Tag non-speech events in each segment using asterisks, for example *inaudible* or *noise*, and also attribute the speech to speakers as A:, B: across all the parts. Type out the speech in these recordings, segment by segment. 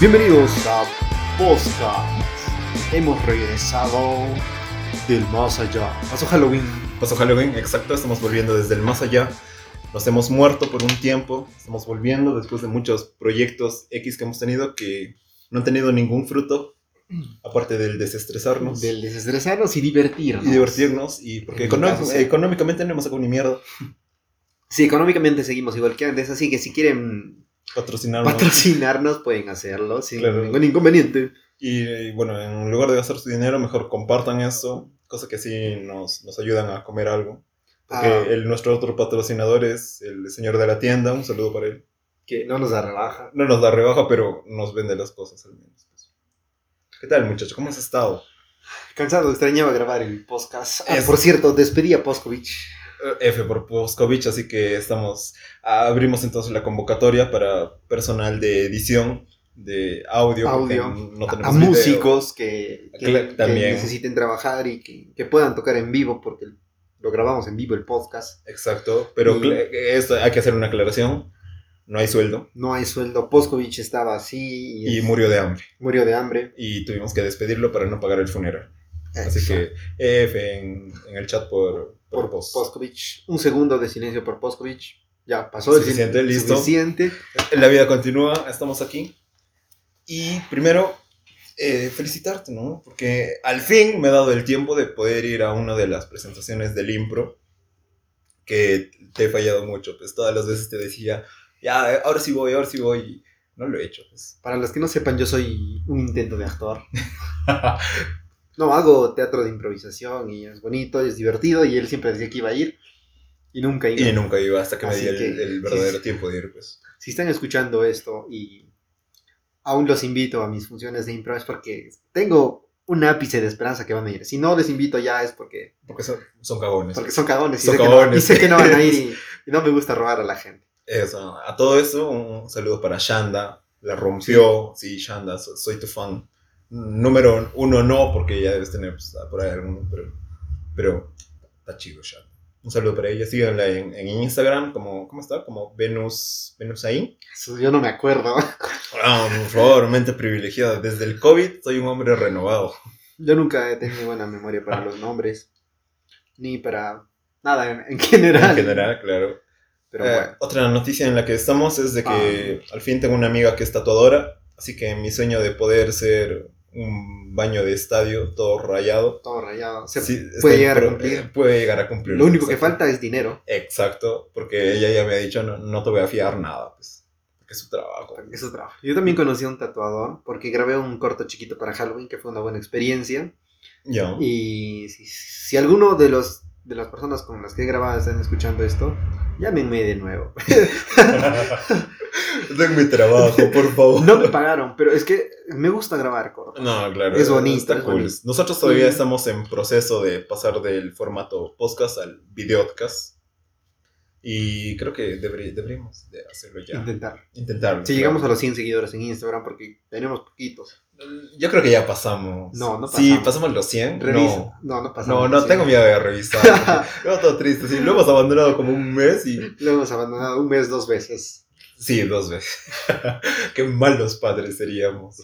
A: Bienvenidos a Podcast. Hemos regresado del más allá. Pasó Halloween.
B: Pasó Halloween, Pues exacto, estamos volviendo desde el más allá. Nos hemos muerto por un tiempo, estamos volviendo después de muchos proyectos X que hemos tenido que no han tenido ningún fruto, aparte del desestresarnos
A: Mm. Del desestresarnos y divertirnos.
B: y divertirnos, y porque
A: En mi
B: econo-
A: caso,
B: eh,
A: sí.
B: económicamente no hemos sacado ni mierda.
A: Sí, económicamente seguimos igual que antes, así que si quieren
B: Patrocinarnos.
A: patrocinarnos pueden hacerlo sin
B: Claro.
A: ningún inconveniente.
B: y, eh, bueno, en lugar de gastar su dinero, mejor compartan eso, cosa que sí nos, nos ayudan a comer algo. Porque
A: Ah,
B: el, nuestro otro patrocinador es el señor de la tienda, un saludo para él.
A: que no nos da rebaja.
B: No nos da rebaja, pero nos vende las cosas al menos. pues. ¿Qué tal, muchacho? ¿Cómo has estado?
A: Cansado, extrañaba grabar el podcast. Ah,
B: Es-
A: Por cierto, despedí a Poskovich.
B: Eh, F por Poskovich, así que estamos. ah, Abrimos entonces la convocatoria para personal de edición, de audio, porque
A: Audio.
B: no
A: a-
B: tenemos
A: a
B: video.
A: músicos que, que-
B: Claro,
A: que
B: también.
A: necesiten trabajar y que, que puedan tocar en vivo, porque lo grabamos en vivo el podcast.
B: Exacto, pero
A: Y-
B: cl- esto hay que hacer una aclaración: no hay sueldo
A: No hay sueldo. Poskovich estaba así y,
B: y murió de hambre.
A: murió de hambre.
B: Y tuvimos que despedirlo para no pagar el funeral. Así
A: Exacto.
B: que F en, en el chat por, por,
A: por
B: Pos.
A: Poskovich, un segundo de silencio por Poskovich. Ya pasó el
B: Suficiente,
A: sin-
B: listo.
A: Suficiente.
B: La vida continúa, estamos aquí. Y primero, eh, felicitarte, ¿no? Porque al fin me he dado el tiempo de poder ir a una de las presentaciones del Impro, que te he fallado mucho, pues todas las veces te decía, ya, eh, ahora sí voy, ahora sí voy, y no lo he hecho. pues.
A: Para los que no sepan, yo soy un intento
B: *laughs*
A: de actor. No, hago teatro de improvisación y es bonito, es divertido y él siempre decía que iba a ir y nunca iba.
B: y nunca iba hasta que me
A: Así
B: di el,
A: que,
B: el verdadero
A: sí, sí.
B: tiempo de ir, pues.
A: si están escuchando esto y aún los invito a mis funciones de impro es porque tengo un ápice de esperanza que van a ir. Si no les invito ya es porque,
B: Porque son, son cagones.
A: porque son cagones y,
B: Son
A: sé, que No, y
B: cagones.
A: sé que no van a ir y,
B: *laughs*
A: y no me gusta robar a la gente.
B: Eso, a todo eso, un saludo para Shanda. La rompió. Sí, Shanda, so- soy tu fan. Número uno no, porque ya debes tener pues, por ahí alguno, pero, pero está chido Shanda. Un saludo para ella. Síganla en, en Instagram, como, ¿cómo está? Como Venus, Venus ahí.
A: Eso yo no me acuerdo.
B: Ah, por favor, mente privilegiada. Desde el COVID soy un hombre renovado.
A: Yo nunca he tenido buena memoria para los nombres ni para nada en, en general.
B: En general, claro.
A: Pero
B: Eh,
A: bueno. Ah.
B: Otra noticia en la que estamos es de que al fin tengo una amiga que es tatuadora, así que mi sueño de poder ser un baño de estadio todo rayado
A: Todo rayado. Se
B: sí,
A: puede
B: estoy
A: llegar a
B: pro-
A: cumplir.
B: eh, puede llegar a cumplir.
A: Lo único que
B: Exacto.
A: falta es dinero.
B: Exacto, porque ella ya me ha dicho no, no te voy a fiar nada, pues, porque es su trabajo.
A: Es su trabajo. Yo también conocí a un tatuador porque grabé un corto chiquito para Halloween que fue una buena experiencia.
B: Ya. *laughs*
A: Y si, si alguno de los de las personas con las que he grabado están escuchando esto, llámenme
B: *laughs*
A: de nuevo.
B: Den mi trabajo, por favor.
A: No me pagaron, pero es que me gusta grabar corto.
B: No, claro.
A: Es bonito,
B: Está
A: es
B: cool.
A: bonito.
B: Nosotros todavía
A: Y-
B: estamos en proceso de pasar del formato podcast al videocast. Y creo que deberí- deberíamos de hacerlo ya.
A: Intentar.
B: Intentarlo.
A: Si llegamos a los 100 seguidores en Instagram, porque tenemos poquitos.
B: Eh, Yo creo que ya pasamos.
A: No, no
B: Sí,
A: pasamos.
B: pasamos los 100.
A: Revisa.
B: No.
A: No, no, pasa
B: No,
A: nada,
B: no,
A: sí.
B: tengo miedo de revisar.
A: *laughs*
B: Yo todo triste. Sí, lo hemos abandonado como un mes y.
A: Lo hemos abandonado un mes, dos veces.
B: Sí, dos veces. *laughs* Qué malos padres seríamos.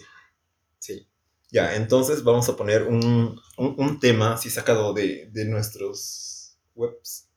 A: Sí.
B: Ya, entonces vamos a poner un, un, un tema así sacado de, de nuestros webs.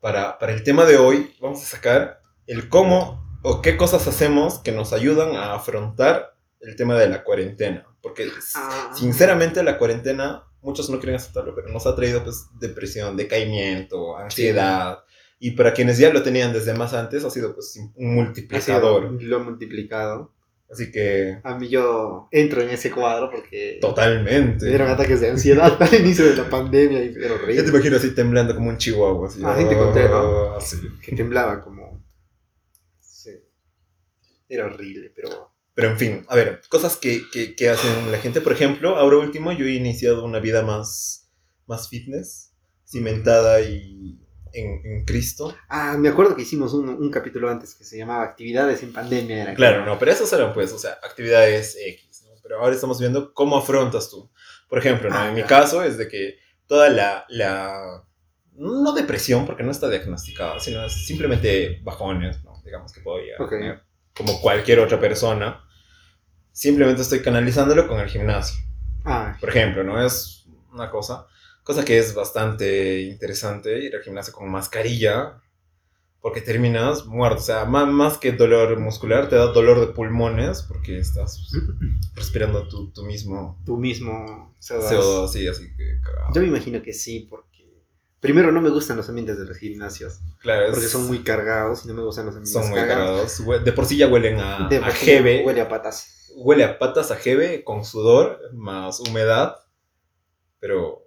B: Para, para el tema de hoy vamos a sacar el cómo o qué cosas hacemos que nos ayudan a afrontar el tema de la cuarentena. Porque
A: Ah.
B: sinceramente la cuarentena, muchos no quieren aceptarlo, pero nos ha traído pues depresión, decaimiento, ansiedad. Y para quienes ya lo tenían desde más antes, ha sido pues un
A: Ha sido-
B: multiplicador.
A: Lo he multiplicado.
B: Así que
A: A mí yo entro en ese cuadro porque me
B: totalmente.
A: dieron ataques de ansiedad *laughs* al inicio de la pandemia y era
B: Ya te
A: horrible.
B: imagino así temblando como un chihuahua. Así,
A: Ah, sí, te conté, ¿no?
B: Ah, sí.
A: que temblaba como... sí. Era horrible, pero...
B: Pero en fin, a ver, cosas que, que, que hacen la gente. Por ejemplo, ahora último yo he iniciado una vida más, más fitness, cimentada y en, en Cristo.
A: Ah, me acuerdo que hicimos un, un capítulo antes que se llamaba Actividades en Pandemia. Era
B: Claro, no, pero esas eran pues, o sea, actividades X, ¿no? Pero ahora estamos viendo cómo afrontas tú. Por ejemplo, ¿no?
A: Ah,
B: en mi
A: ya.
B: caso es de que toda la, la, no depresión, porque no está diagnosticada, sino es simplemente bajones, ¿no? Digamos que puedo llegar a
A: Ok.
B: tener, como cualquier otra persona. simplemente estoy canalizándolo con el gimnasio.
A: Ah,
B: Por ejemplo, ¿no? Es una cosa, cosa que es bastante interesante, ir al gimnasio con mascarilla, porque terminas muerto. O sea, más, más que dolor muscular, te da dolor de pulmones, porque estás respirando tú, tú mismo
A: tú mismo. se das-
B: CO2, así, así que cagado.
A: Yo me imagino que sí, porque primero no me gustan los ambientes de los gimnasios,
B: Claro, es-
A: porque son muy cargados y no me gustan los ambientes
B: son muy
A: cargados.
B: cargados. Hue- De por sí ya huelen Ah, a,
A: De
B: a
A: por sí
B: jeve.
A: Huele a patas.
B: huele a patas a jeve con sudor más humedad, pero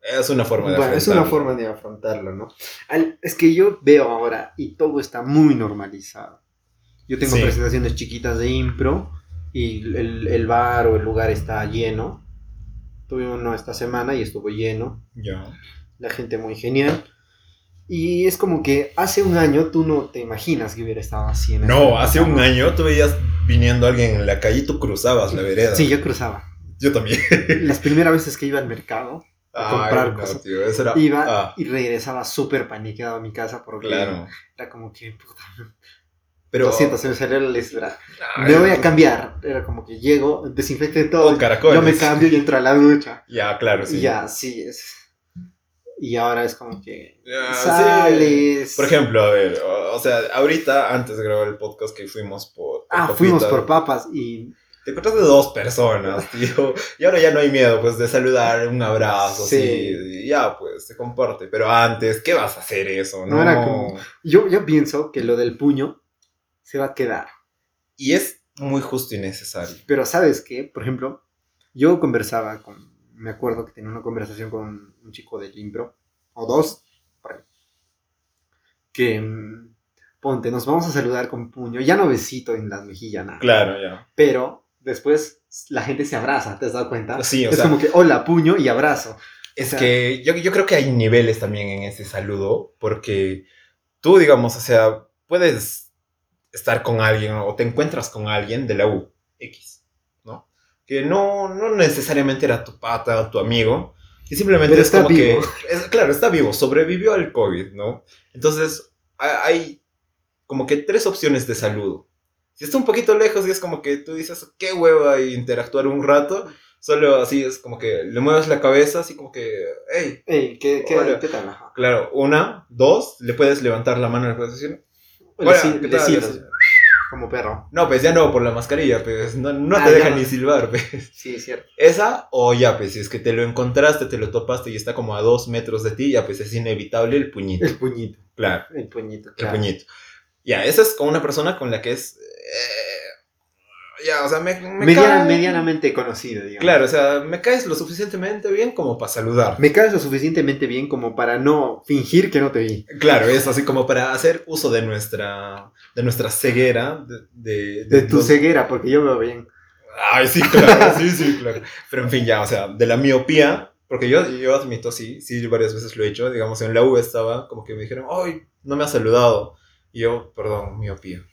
B: es una forma de
A: Bueno, es una
B: afrontarlo.
A: forma de afrontarlo, ¿no? Al- es que yo veo ahora y todo está muy normalizado. Yo tengo
B: Sí.
A: presentaciones chiquitas de impro y el, el bar o el lugar está lleno. Tuve uno esta semana y estuvo lleno.
B: Ya.
A: la gente muy genial. Y es como que hace un año tú no te imaginas que hubiera estado así en
B: No,
A: esta-
B: hace un año tú veías viniendo alguien en la calle y tú cruzabas la vereda.
A: Sí, yo cruzaba.
B: Yo también.
A: Las primeras veces que iba al mercado, A comprar cosas.
B: tío, eso era...
A: iba
B: ah,
A: y regresaba súper paniqueado a mi casa porque
B: claro.
A: era como que, puta,
B: Pero...
A: lo siento, se me salió la letra.
B: Ah,
A: Me voy a cambiar. Era como que llego, desinfecté todo,
B: Con caracoles.
A: yo me cambio y entro a la ducha.
B: Ya, claro, Ah, sí.
A: Y ya, así es. Y ahora es como que
B: Ya, Ah, sí.
A: sales.
B: Por ejemplo, a ver, o, o sea, ahorita, antes de grabar el podcast que fuimos por... por
A: Ah, fuimos
B: Papitas,
A: por papas y
B: Te encontraste dos personas, *laughs* tío. Y ahora ya no hay miedo, pues, de saludar, un abrazo,
A: Sí.
B: sí. y ya, pues, se comparte. Pero antes, ¿qué vas a hacer eso? No,
A: No, era como- Yo, yo pienso que lo del puño se va a quedar.
B: Y es muy justo y necesario.
A: Pero sabes qué, por ejemplo, yo conversaba con, me acuerdo que tenía una conversación con un chico del Limpro, o dos, por ahí, que, mm, ponte, nos vamos a saludar con puño, ya no besito en las mejillas, nada.
B: Claro, ya.
A: Pero después la gente se abraza, ¿te has dado cuenta?
B: Sí, o
A: es
B: sea,
A: como que, hola, puño y abrazo.
B: es
A: sea-
B: que yo, yo creo que hay niveles también en ese saludo, porque tú, digamos, o sea, puedes estar con alguien o te encuentras con alguien de la U, X, ¿no? Que no, no necesariamente era tu pata o tu amigo, que simplemente
A: Pero
B: es
A: está
B: como
A: vivo.
B: que, es- claro, está vivo, sobrevivió al COVID, ¿no? Entonces, ha- hay como que tres opciones de saludo. Si está un poquito lejos y es como que tú dices, qué hueva, y interactuar un rato, solo así es como que le mueves la cabeza, así como que, hey,
A: Ey, ¿qué, qué,
B: Hola.
A: qué tal? Ajá.
B: claro, una, dos, le puedes levantar la mano, le puedes decir,
A: Hola,
B: "Hola,
A: sí,
B: ¿qué
A: le
B: tal?"
A: silbas, como perro.
B: No, pues ya no, por la mascarilla, pues no, no
A: Ah,
B: te
A: ya
B: dejan
A: no.
B: ni silbar, pues.
A: Sí, es cierto.
B: Esa, o ya, pues si es que te lo encontraste, te lo topaste y está como a dos metros de ti, ya, pues es inevitable el
A: *laughs*
B: puñito.
A: El puñito,
B: Claro,
A: el puñito.
B: el
A: claro.
B: puñito. Ya, esa es con una persona con la que es... eh, ya, o sea, me... me
A: Mediana-
B: cae-
A: medianamente conocido, digamos.
B: Claro, o sea, me caes lo suficientemente bien como para saludar.
A: Me caes lo suficientemente bien como para no fingir que no te vi.
B: Claro, es así como para hacer uso de nuestra, de nuestra ceguera, de, de,
A: De tu
B: los-
A: ceguera, porque yo veo bien.
B: Ay, sí, claro, sí, sí, claro. Pero en fin, ya, o sea, de la miopía, porque yo, yo admito, sí, sí, varias veces lo he hecho, digamos, en la U estaba como que me dijeron, ay, no me has saludado. Y yo, perdón, miopía.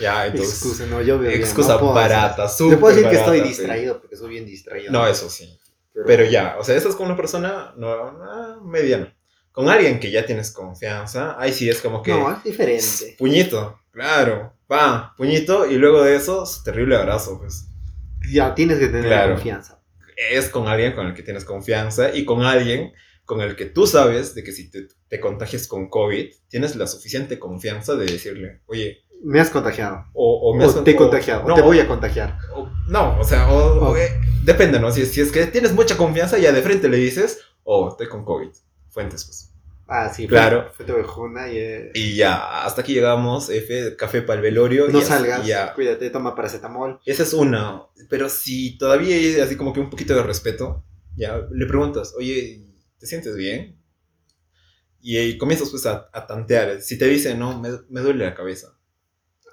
B: Ya, entonces,
A: excusa, no, yo veo bien.
B: excusa
A: no puedo hacer-
B: barata, súper
A: Te puedo decir que
B: barata,
A: estoy
B: sí.
A: distraído, porque soy bien distraído.
B: No, eso sí. Pero ya, o sea, eso es con una persona no, no, mediana. Con alguien que ya tienes confianza, ahí sí es como que...
A: No, es diferente.
B: Puñito, claro. Va, puñito, y luego de eso, su terrible abrazo, pues.
A: Ya, tienes que tener
B: Claro.
A: confianza.
B: Es con alguien con el que tienes confianza y con alguien con el que tú sabes de que si te, te contagias con COVID, tienes la suficiente confianza de decirle, oye,
A: Me has contagiado.
B: o, o me
A: O
B: has
A: te he
B: o-
A: contagiado.
B: No,
A: o te voy a contagiar.
B: o- no, o sea, o-
A: Oh.
B: o, eh, depende, ¿no? Si, si es que tienes mucha confianza, ya de frente le dices, oh, estoy con COVID. Fuentes, pues.
A: Ah, sí. fue-
B: Claro.
A: Fue tu vejuna y... eh,
B: Y ya, hasta aquí llegamos, F, café para el velorio.
A: no
B: y así,
A: salgas.
B: Ya,
A: Cuídate, toma paracetamol.
B: esa es una. Pero si todavía hay así como que un poquito de respeto, ya, le preguntas, oye, ¿te sientes bien? Y, ahí comienzas pues a, a tantear. Si te dice, no, me, me duele la cabeza.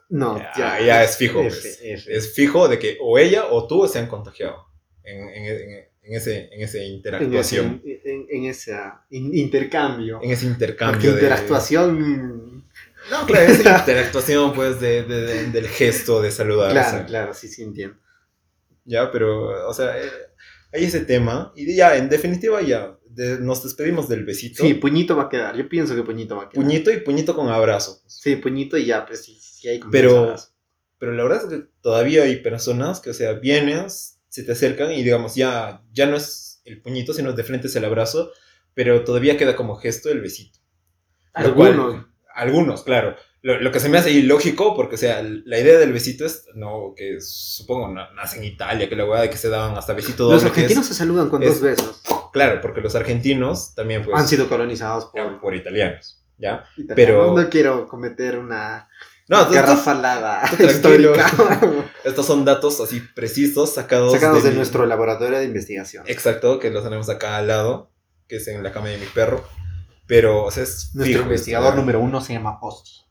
A: No,
B: Ya,
A: ya.
B: ya es fijo,
A: F,
B: pues.
A: F.
B: Es fijo de que o ella o tú se han contagiado en, en, en- en ese, en ese
A: En ese,
B: interactuación.
A: en, en- en ese in- intercambio.
B: En ese
A: Porque
B: intercambio de...
A: interactuación.
B: No, claro, esa interactuación pues de, de- de- del gesto de saludar. o
A: Claro,
B: sea.
A: claro, sí, sí entiendo.
B: Ya, pero, o sea, eh, hay ese tema. Y ya, en definitiva, ya, de- nos despedimos del besito.
A: Sí, puñito va a quedar. Yo pienso que puñito va a quedar.
B: Puñito y puñito con abrazo.
A: Sí, puñito y ya, pues sí, sí hay como
B: Pero-
A: unos abrazos.
B: Pero la verdad es que todavía hay personas que, o sea, vienes, se te acercan y digamos, ya, ya no es el puñito, sino de frente es el abrazo, pero todavía queda como gesto el besito. Lo cual-
A: Algunos.
B: algunos, claro. Lo, lo que se me hace ilógico, porque, o sea, la idea del besito es, no, que supongo, na- nace en Italia, que la hueá de que se daban hasta besito doble.
A: Los
B: que es-
A: argentinos se saludan con
B: es-
A: dos besos.
B: claro, porque los argentinos también, pues,
A: Han sido colonizados por
B: por, por italianos, ¿ya?
A: italianos.
B: pero-
A: No quiero cometer una
B: No, entonces, estos,
A: garrafalada *laughs*
B: tú tranquilo.
A: histórica.
B: estos son datos así precisos, sacados,
A: *laughs* Sacados de
B: mi-
A: nuestro laboratorio de investigación.
B: Exacto, que los tenemos acá al lado, que es en la cama de mi perro. Pero, o sea, es
A: Nuestro
B: fijo,
A: investigador
B: es-
A: número uno se llama Oz.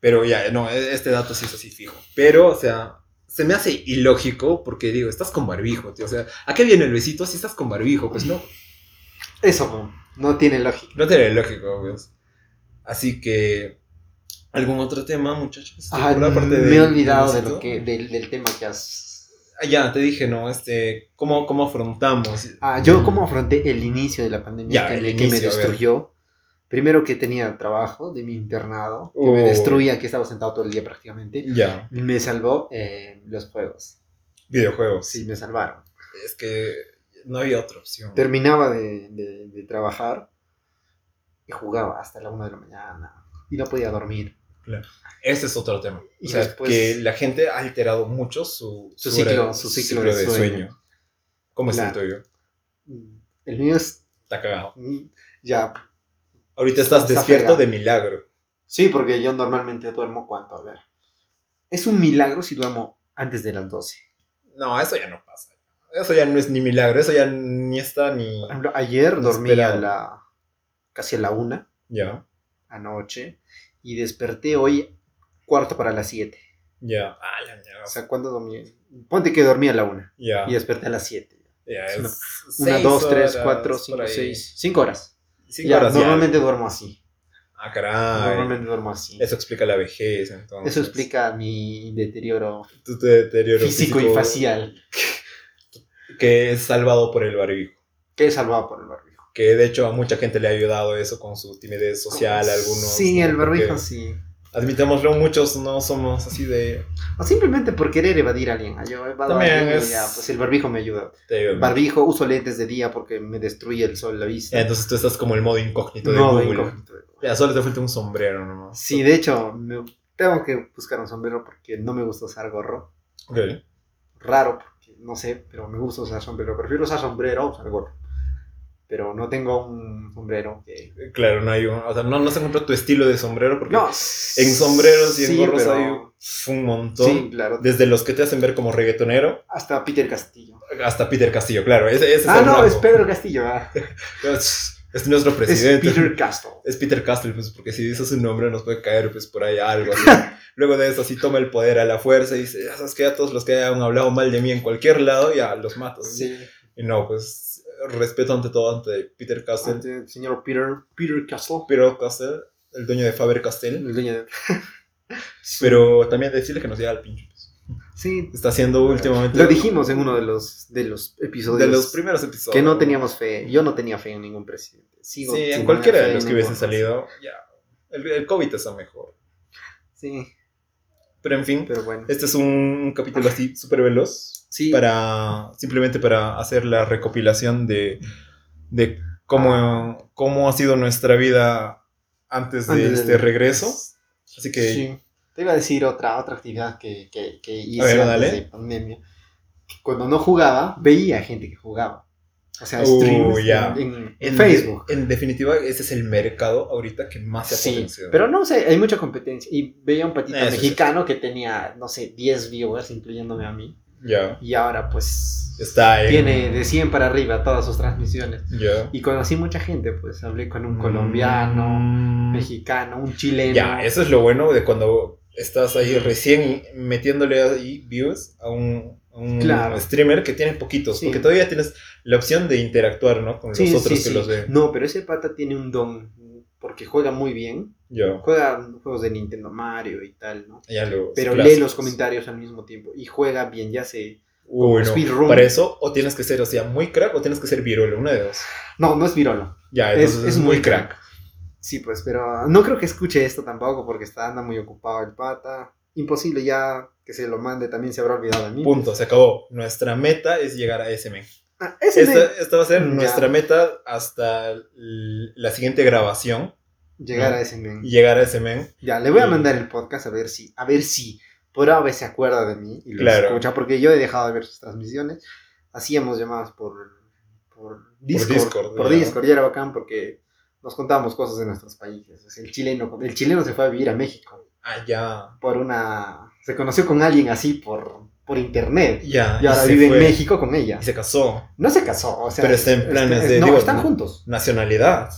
B: Pero ya, no, e- este dato sí es así fijo. Pero, o sea, se me hace ilógico porque digo, estás con barbijo, tío. O sea, ¿a qué viene el besito si estás con barbijo? Pues no,
A: Eso no, no tiene lógica.
B: no tiene lógico, pues. Así que, ¿algún otro tema, muchachos?
A: Ah,
B: Por la parte
A: me he
B: del-
A: olvidado
B: del
A: de lo
B: besito.
A: que, del, del tema que has...
B: Ah, ya, te dije, ¿no? Este, ¿cómo, cómo afrontamos?
A: Ah, yo cómo afronté el inicio de la pandemia
B: Ya,
A: que,
B: el
A: me- que
B: inicio,
A: me
B: a ver.
A: destruyó. Primero que tenía trabajo de mi internado, que
B: Oh.
A: me destruía, que estaba sentado todo el día prácticamente.
B: Ya,
A: Me salvó eh, los juegos.
B: videojuegos.
A: Sí, me salvaron.
B: Es que no había otra opción.
A: Terminaba de, de- de trabajar y jugaba hasta la 1 de la mañana. Y no podía dormir.
B: Ese es otro tema.
A: Y
B: o sea,
A: después-
B: que la gente ha alterado mucho su,
A: Su ciclo- su ciclo de sueño.
B: ¿Cómo es
A: Claro.
B: el tuyo?
A: El mío es...
B: Está cagado.
A: Ya,
B: Ahorita estás
A: Está
B: despierto
A: fregado.
B: de milagro.
A: Sí, porque yo normalmente duermo cuánto, a ver. Es un milagro si duermo antes de las 12.
B: No, eso ya no pasa. Eso ya no es ni milagro, eso ya ni está ni...
A: Por ejemplo, ayer
B: No
A: dormí a
B: esperaba.
A: la, casi a la una
B: Ya,
A: anoche y desperté hoy cuarto para las 7.
B: ya. Ah, la mierda.
A: O sea, ¿cuándo dormí? Ponte que dormí a la una
B: Ya,
A: y desperté a las 7.
B: ya,
A: es una-
B: es
A: Una,
B: seis
A: dos, tres,
B: horas
A: cuatro,
B: por
A: cinco,
B: ahí.
A: seis. Cinco horas.
B: Cinco
A: Ya,
B: horas ya.
A: normalmente duermo así.
B: Ah, caray.
A: Normalmente duermo así.
B: Eso explica la vejez, entonces.
A: Eso explica mi deterioro
B: Tu, tu deterioro
A: físico y facial
B: *laughs* Que es salvado por el barbijo.
A: que he salvado por el barbijo.
B: Que de hecho a mucha gente le ha ayudado eso con su timidez social, algunos.
A: Sí,
B: ¿no?
A: el barbijo
B: Porque,
A: sí.
B: Admitámoslo, muchos no somos así de.
A: O simplemente por querer evadir a alguien. Ah, Yo evado a
B: También
A: alguien y
B: es-
A: ya, pues el barbijo me ayuda.
B: de-
A: Barbijo, uso lentes de día porque me destruye el sol la vista.
B: Entonces tú estás como el modo incógnito de
A: No,
B: Google.
A: incógnito.
B: Ya, solo te falta un sombrero nomás.
A: Sí, de hecho, me- tengo que buscar un sombrero porque no me gusta usar gorro.
B: Ok.
A: Raro, porque no sé, pero me gusta usar sombrero. Prefiero usar sombrero a usar gorro. Pero no tengo un sombrero que...
B: Claro, no hay un. O sea, no, no se encuentra tu estilo de sombrero porque
A: No,
B: en sombreros y en
A: sí,
B: gorros
A: pero-
B: hay un- un montón.
A: Sí, claro.
B: Desde los que te hacen ver como reggaetonero
A: Hasta Peter Castillo.
B: hasta Peter Castillo, claro. Ese, ese es
A: Ah,
B: el
A: no,
B: rango.
A: es Pedro Castillo. ah.
B: Es, es nuestro
A: Es
B: presidente.
A: Peter Castle.
B: es Peter Castle, pues, porque si dices un nombre nos puede caer, pues, por ahí algo así. *laughs* Luego de eso, sí toma el poder a la fuerza y dice, ya sabes que a todos los que hayan hablado mal de mí en cualquier lado, ya los mato.
A: Sí.
B: Y no, pues, respeto ante todo ante Peter Castle.
A: Ante el este señor Peter, Peter Castle.
B: Peter Castle, el dueño de Faber Castell.
A: El dueño de-
B: Pero también decirle que nos llega al pincho. pues.
A: Sí,
B: Está haciendo últimamente...
A: lo dijimos en uno de los, de los episodios.
B: De los primeros episodios.
A: que no teníamos fe. Yo no tenía fe en ningún presidente. Sigo
B: Sí, en
A: sin
B: cualquiera de
A: tener fe
B: los
A: en
B: que hubiesen
A: ninguno.
B: salido, ya. El, el COVID está mejor.
A: Sí,
B: Pero en fin,
A: pero bueno.
B: este es un capítulo así súper veloz.
A: Sí,
B: para simplemente para hacer la recopilación de, de
A: Ah.
B: cómo, cómo ha sido nuestra vida antes de
A: Antes del-
B: este regreso. Así que
A: sí. Te iba a decir otra, otra actividad que, que, que hice
B: A ver,
A: antes
B: dale.
A: de pandemia. Que Cuando no jugaba, veía gente que jugaba. O sea,
B: Uh,
A: streams en-
B: ya.
A: en, en
B: en,
A: Facebook.
B: en definitiva, ese es el mercado ahorita que más se ha
A: Sí,
B: potenciado.
A: pero no sé, hay mucha competencia. Y veía un patito
B: Eso sí.
A: mexicano que tenía, no sé, 10 viewers, incluyéndome a mí.
B: Ya.
A: Y ahora, pues,
B: Está en-
A: tiene de 100 para arriba todas sus transmisiones.
B: Ya.
A: Y conocí mucha gente, pues hablé con un colombiano,
B: Mm.
A: mexicano, un chileno.
B: Ya, eso es lo bueno de cuando estás ahí recién metiéndole ahí views a un, a un
A: Claro.
B: streamer que tiene poquitos,
A: Sí.
B: porque todavía tienes la opción de interactuar, ¿no? Con los
A: Sí, sí,
B: otros que
A: sí.
B: los ven.
A: No, pero ese pata tiene un don, porque juega muy bien.
B: Ya,
A: Juega juegos de Nintendo Mario y tal, ¿no?
B: ya los
A: Pero lee
B: clásicos.
A: los comentarios al mismo tiempo y juega bien, ya sé.
B: Uy,
A: como
B: no.
A: speedrun.
B: Para eso, o tienes que ser, o sea, muy crack o tienes que ser virulo, una de dos.
A: No, no es virolo.
B: Ya,
A: Es,
B: Ah, entonces
A: es muy crack. Sí, pues, pero no creo que escuche esto tampoco porque está anda muy ocupado el pata. imposible ya que se lo mande, también se habrá olvidado de mí.
B: Punto, se acabó. Nuestra meta es llegar a ese men.
A: Ah, ese
B: Esta,
A: de
B: esta va a ser
A: Ya.
B: nuestra meta hasta l- la siguiente grabación.
A: llegar a ese men.
B: y Llegar a ese men.
A: Ya, le voy a
B: Y-
A: mandar el podcast a ver si, a ver si por ave se acuerda de mí y lo
B: Claro.
A: escucha, porque yo he dejado de ver sus transmisiones. Hacíamos llamadas por, por Discord. Por Discord,
B: Discord, ya.
A: y era bacán porque nos contábamos cosas de nuestros países. O sea, el, chileno, el chileno se fue a vivir a México
B: Ah, ya.
A: por una... Se conoció con alguien así por, por internet
B: Ya.
A: y ahora
B: se
A: vive
B: fue.
A: en México con ella.
B: Y se casó.
A: No se casó, o sea...
B: Pero está en planes
A: este,
B: de-
A: No,
B: digo,
A: están
B: no.
A: juntos.
B: Nacionalidad.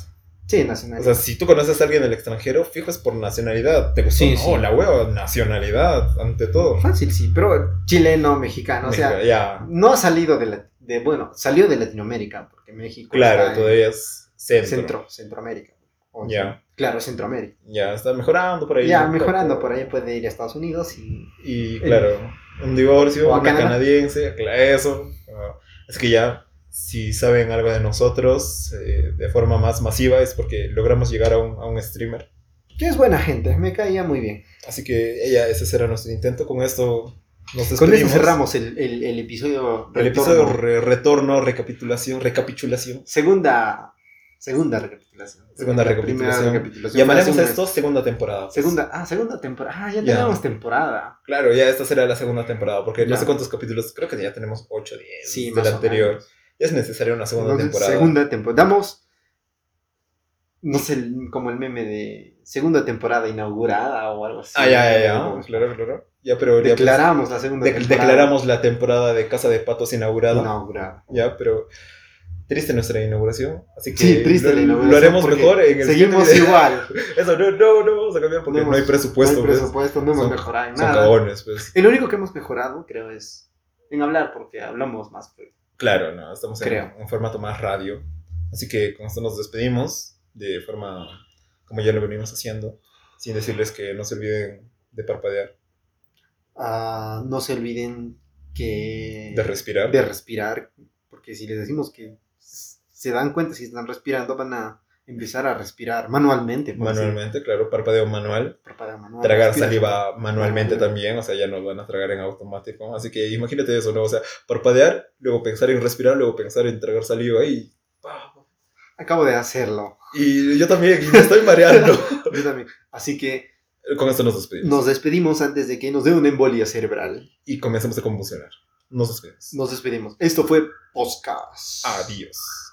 A: Sí, nacional.
B: O sea, si tú conoces a alguien del extranjero, fijo es por nacionalidad. Te gustó.
A: Sí,
B: no,
A: sí.
B: la hueva, nacionalidad, ante todo.
A: Fácil, sí, pero chileno, mexicano, o sea...
B: México, ya.
A: No ha salido de, la- de- bueno, salió de Latinoamérica, porque México
B: Claro,
A: está en
B: todavía es centro.
A: centro, Centroamérica. O
B: Ya.
A: sea, Claro, Centroamérica.
B: Ya, está mejorando por ahí.
A: ya
B: un
A: mejorando
B: poco.
A: por ahí pues. puede ir a Estados Unidos y
B: Y
A: Eh,
B: claro, un
A: ¿o
B: divorcio,
A: a
B: una
A: Canadá?
B: canadiense, cla- eso. ah, Es que ya, si saben algo de nosotros eh, de forma más masiva es porque logramos llegar a un, a un streamer.
A: que es buena gente, me caía muy bien.
B: Así que ella, ese será nuestro intento. Con esto nos despedimos.
A: Con eso cerramos el, el- el episodio.
B: El
A: retorno.
B: episodio re- retorno, recapitulación, recapitulación.
A: segunda, segunda recapitulación.
B: Segunda
A: La
B: recapitulación.
A: primera recapitulación.
B: Llamaremos
A: Fue
B: a
A: la
B: esto segunda temporada. pues.
A: Pues Segunda, ah, segunda temporada. Ah, ya
B: Ya.
A: tenemos temporada.
B: Claro, ya esta será la segunda temporada, porque
A: Ya.
B: no sé cuántos capítulos, creo que ya tenemos 8 o 10
A: Sí,
B: del
A: más o
B: anterior.
A: menos.
B: Es necesaria una segunda
A: Entonces,
B: temporada.
A: Segunda temporada. Damos, no sé, como el meme de segunda temporada inaugurada o algo así.
B: Ah, ya, ya, ya.
A: Como-
B: Claro, claro. Ya, pero ya, pues,
A: Declaramos la segunda
B: de-
A: temporada
B: declaramos la temporada de Casa de Patos inaugurada.
A: inaugurada.
B: Ya, pero triste nuestra inauguración. Así que
A: Sí, triste
B: lo,
A: la
B: lo
A: inauguración
B: haremos
A: porque
B: mejor en el
A: Seguimos
B: siguiente video.
A: igual.
B: *laughs* Eso no, no, no vamos a cambiar porque
A: No
B: no,
A: hemos-
B: hay presupuesto.
A: no hay
B: pues.
A: presupuesto, no hemos
B: Son-
A: mejorado en
B: Son
A: nada.
B: cagones, pues.
A: El único que hemos mejorado, creo, es en hablar, porque hablamos más. pues.
B: Claro, no, estamos en
A: Creo.
B: un formato más radio. Así que con esto nos despedimos de forma como ya lo venimos haciendo, sin decirles que no se olviden de parpadear,
A: Ah, no se olviden que...
B: de respirar.
A: de respirar, porque si les decimos que s- se dan cuenta si están respirando, van a empezar a respirar manualmente. por así
B: Manualmente, claro, parpadeo manual.
A: preparar manual,
B: tragar
A: respiras.
B: saliva manualmente
A: Ah.
B: también, o sea, ya no van a tragar en automático. Así que imagínate eso, ¿no? O sea, parpadear, luego pensar en respirar, luego pensar en tragar saliva y.
A: Acabo de hacerlo.
B: Y yo también, y me estoy
A: *laughs*
B: mareando.
A: Yo también. Así que
B: Con esto nos despedimos.
A: nos despedimos antes de que nos dé una embolia cerebral.
B: Y comenzamos a convulsionar. Nos despedimos. Ah,
A: Nos despedimos. Esto fue Podcast.
B: Adiós.